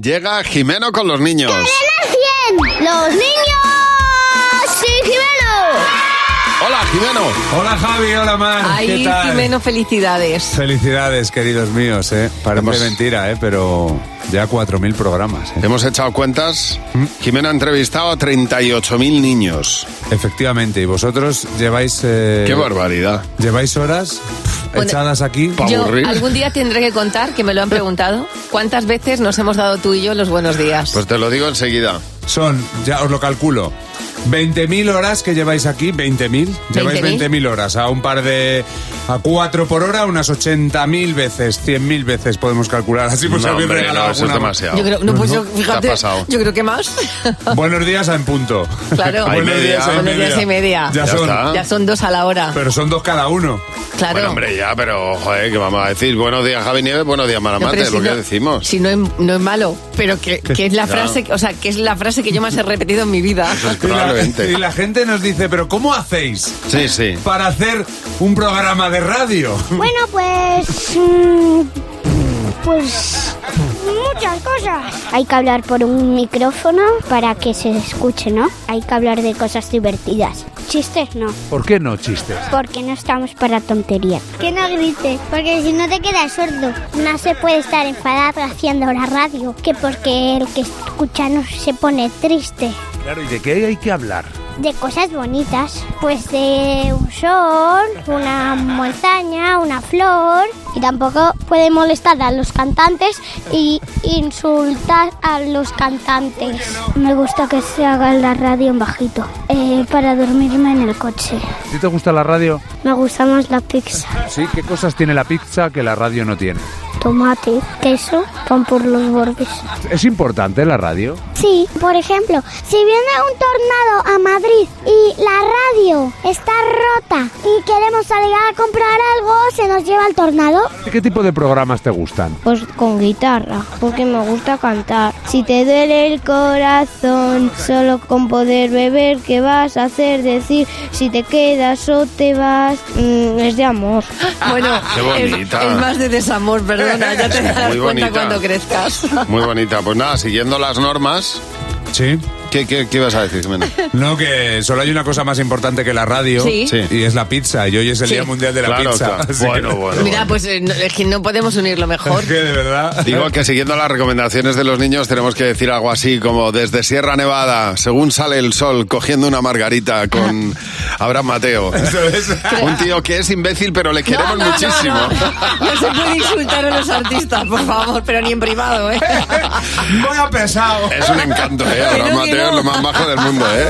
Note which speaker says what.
Speaker 1: Llega Jimeno con los niños.
Speaker 2: ¡Los niños! ¡Sí,
Speaker 1: Hola, Jimeno.
Speaker 3: Hola Javi, hola Mar. ¿Qué
Speaker 4: Ahí,
Speaker 3: tal?
Speaker 4: Jimeno, felicidades.
Speaker 3: Felicidades, queridos míos, ¿eh? Parece
Speaker 1: Hemos-
Speaker 3: mentira, ¿eh? Pero ya 4.000 programas, ¿eh?
Speaker 1: Hemos echado cuentas. Jimeno ha entrevistado a 38.000 niños.
Speaker 3: Efectivamente, y vosotros lleváis... eh,
Speaker 1: ¡Qué barbaridad!
Speaker 3: Lleváis horas pff,
Speaker 4: Bueno,
Speaker 3: echadas aquí.
Speaker 1: Pa'
Speaker 4: Yo
Speaker 1: aburrir.
Speaker 4: algún día tendré que contar, que me lo han preguntado, cuántas veces nos hemos dado tú y yo los buenos días.
Speaker 1: Pues te lo digo enseguida.
Speaker 3: Son, ya os lo calculo, 20.000 horas que lleváis aquí, 20.000. Lleváis
Speaker 4: 20.000.
Speaker 3: 20.000 horas, a un par de... a cuatro por hora, unas 80.000 veces, 100.000 veces podemos calcular. Así pues
Speaker 1: no,
Speaker 3: habéis
Speaker 1: hombre,
Speaker 3: regalado
Speaker 1: no, eso es
Speaker 3: alguna-
Speaker 1: demasiado.
Speaker 4: yo creo, no, pues yo,
Speaker 1: Te ha
Speaker 4: fíjate,
Speaker 1: pasado.
Speaker 4: yo creo que más.
Speaker 3: Buenos días a en punto.
Speaker 4: Claro.
Speaker 1: Hay
Speaker 3: Buenos
Speaker 1: media.
Speaker 3: días a en
Speaker 4: Buenos días y media.
Speaker 3: Ya,
Speaker 1: Ya
Speaker 3: son.
Speaker 1: está. Ah.
Speaker 4: Ya son dos a la hora.
Speaker 3: Pero son dos cada uno.
Speaker 4: claro.
Speaker 1: Bueno, hombre, ya, pero, joder, ¿qué vamos a decir? Buenos días, Javi Nieves, buenos días,
Speaker 4: No,
Speaker 1: Maramate,
Speaker 4: pero
Speaker 1: es
Speaker 4: si
Speaker 1: lo que
Speaker 4: no-
Speaker 1: decimos.
Speaker 4: Si no, es- no es malo, pero que, que es la
Speaker 1: Ya.
Speaker 4: frase, o sea, que es la frase que yo más he repetido en mi vida.
Speaker 3: Y la,
Speaker 1: Probablemente.
Speaker 3: y la gente nos dice, pero ¿cómo hacéis
Speaker 1: Sí, sí.
Speaker 3: para hacer un programa de radio?
Speaker 2: Bueno, pues. mm, Pues. Muchas cosas. Hay que hablar por un micrófono para que se escuche, ¿no? Hay que hablar de cosas divertidas. Chistes no,
Speaker 5: ¿Por qué no chistes?
Speaker 2: porque no estamos para tonterías. Que no grites, porque si no te quedas sordo. No se puede estar enfadado haciendo la radio, que porque el que escucha no se pone triste.
Speaker 5: Claro, ¿y de qué hay que hablar?
Speaker 2: de cosas bonitas, pues de un sol, una montaña, una flor. Y tampoco puede molestar a los cantantes y insultar a los cantantes. Me gusta que se haga la radio en bajito, eh, para dormirme en el coche.
Speaker 5: ¿Sí te gusta la radio?
Speaker 2: Me gusta más la pizza,
Speaker 5: Sí, ¿qué cosas tiene la pizza que la radio no tiene?
Speaker 2: tomate, queso, pan por los bordes.
Speaker 5: ¿Es importante la radio?
Speaker 2: Sí, por ejemplo, si viene un tornado a Madrid y la radio está rota y queremos salir a comprar algo, se nos lleva el tornado.
Speaker 5: ¿Qué tipo de programas te gustan?
Speaker 2: Pues con guitarra, porque me gusta cantar. Si te duele el corazón, solo con poder beber, ¿qué vas a hacer? Decir si te quedas o te vas, Mm, es de amor.
Speaker 4: Bueno,
Speaker 1: Qué
Speaker 4: es,
Speaker 1: bonita.
Speaker 4: es más de desamor, perdona, ya te darás
Speaker 1: Muy
Speaker 4: cuenta
Speaker 1: bonita.
Speaker 4: cuando crezcas.
Speaker 1: Muy bonita. Pues nada, siguiendo las normas,
Speaker 3: Sí.
Speaker 1: ¿qué, qué, qué ibas a decir, Jimeno?
Speaker 3: No, que solo hay una cosa más importante que la radio.
Speaker 4: Sí.
Speaker 1: Sí.
Speaker 3: Y es la pizza. Y hoy es el
Speaker 4: Sí.
Speaker 3: Día Mundial de la
Speaker 1: Claro,
Speaker 3: Pizza.
Speaker 1: claro.
Speaker 3: así que-
Speaker 1: Bueno, bueno.
Speaker 4: Mira, pues eh, no- es que no podemos unirlo mejor.
Speaker 3: Es que de verdad.
Speaker 1: Digo que siguiendo las recomendaciones de los niños tenemos que decir algo así como desde Sierra Nevada, según sale el sol, cogiendo una margarita con Abraham Mateo.
Speaker 3: Eso es.
Speaker 1: Un tío que es imbécil pero le
Speaker 4: No,
Speaker 1: queremos
Speaker 4: no, no,
Speaker 1: muchísimo.
Speaker 4: No, No se puede insultar a los artistas, por favor, pero ni en privado, ¿eh?
Speaker 3: Voy a pesado.
Speaker 1: Es un encanto, ¿eh?
Speaker 4: Que
Speaker 1: Abraham
Speaker 4: no, que
Speaker 1: Mateo es
Speaker 4: no.
Speaker 1: lo más bajo del mundo, ¿eh?